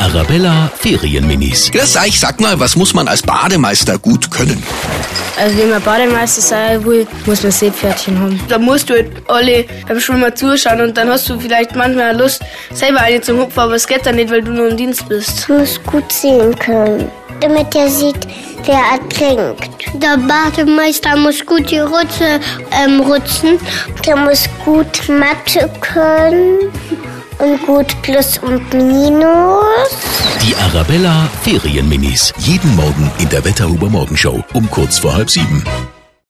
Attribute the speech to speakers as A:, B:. A: Arabella Ferienminis.
B: Grüß euch, sag mal, was muss man als Bademeister gut können?
C: Also wenn man Bademeister sein will, muss man Seepferdchen haben.
D: Da musst du halt alle beim Schwimmen zuschauen und dann hast du vielleicht manchmal Lust, selber eine zum Hupfen, aber es geht dann nicht, weil du nur im Dienst bist.
E: Du musst gut sehen können, damit er sieht, wer ertrinkt. Der Bademeister muss gut die Rutsche ähm, rutschen. Der muss gut Mathe können und gut Plus und Minus.
A: Die Arabella Ferienminis. Jeden Morgen in der Wetterhuber Morgenshow um kurz vor halb sieben.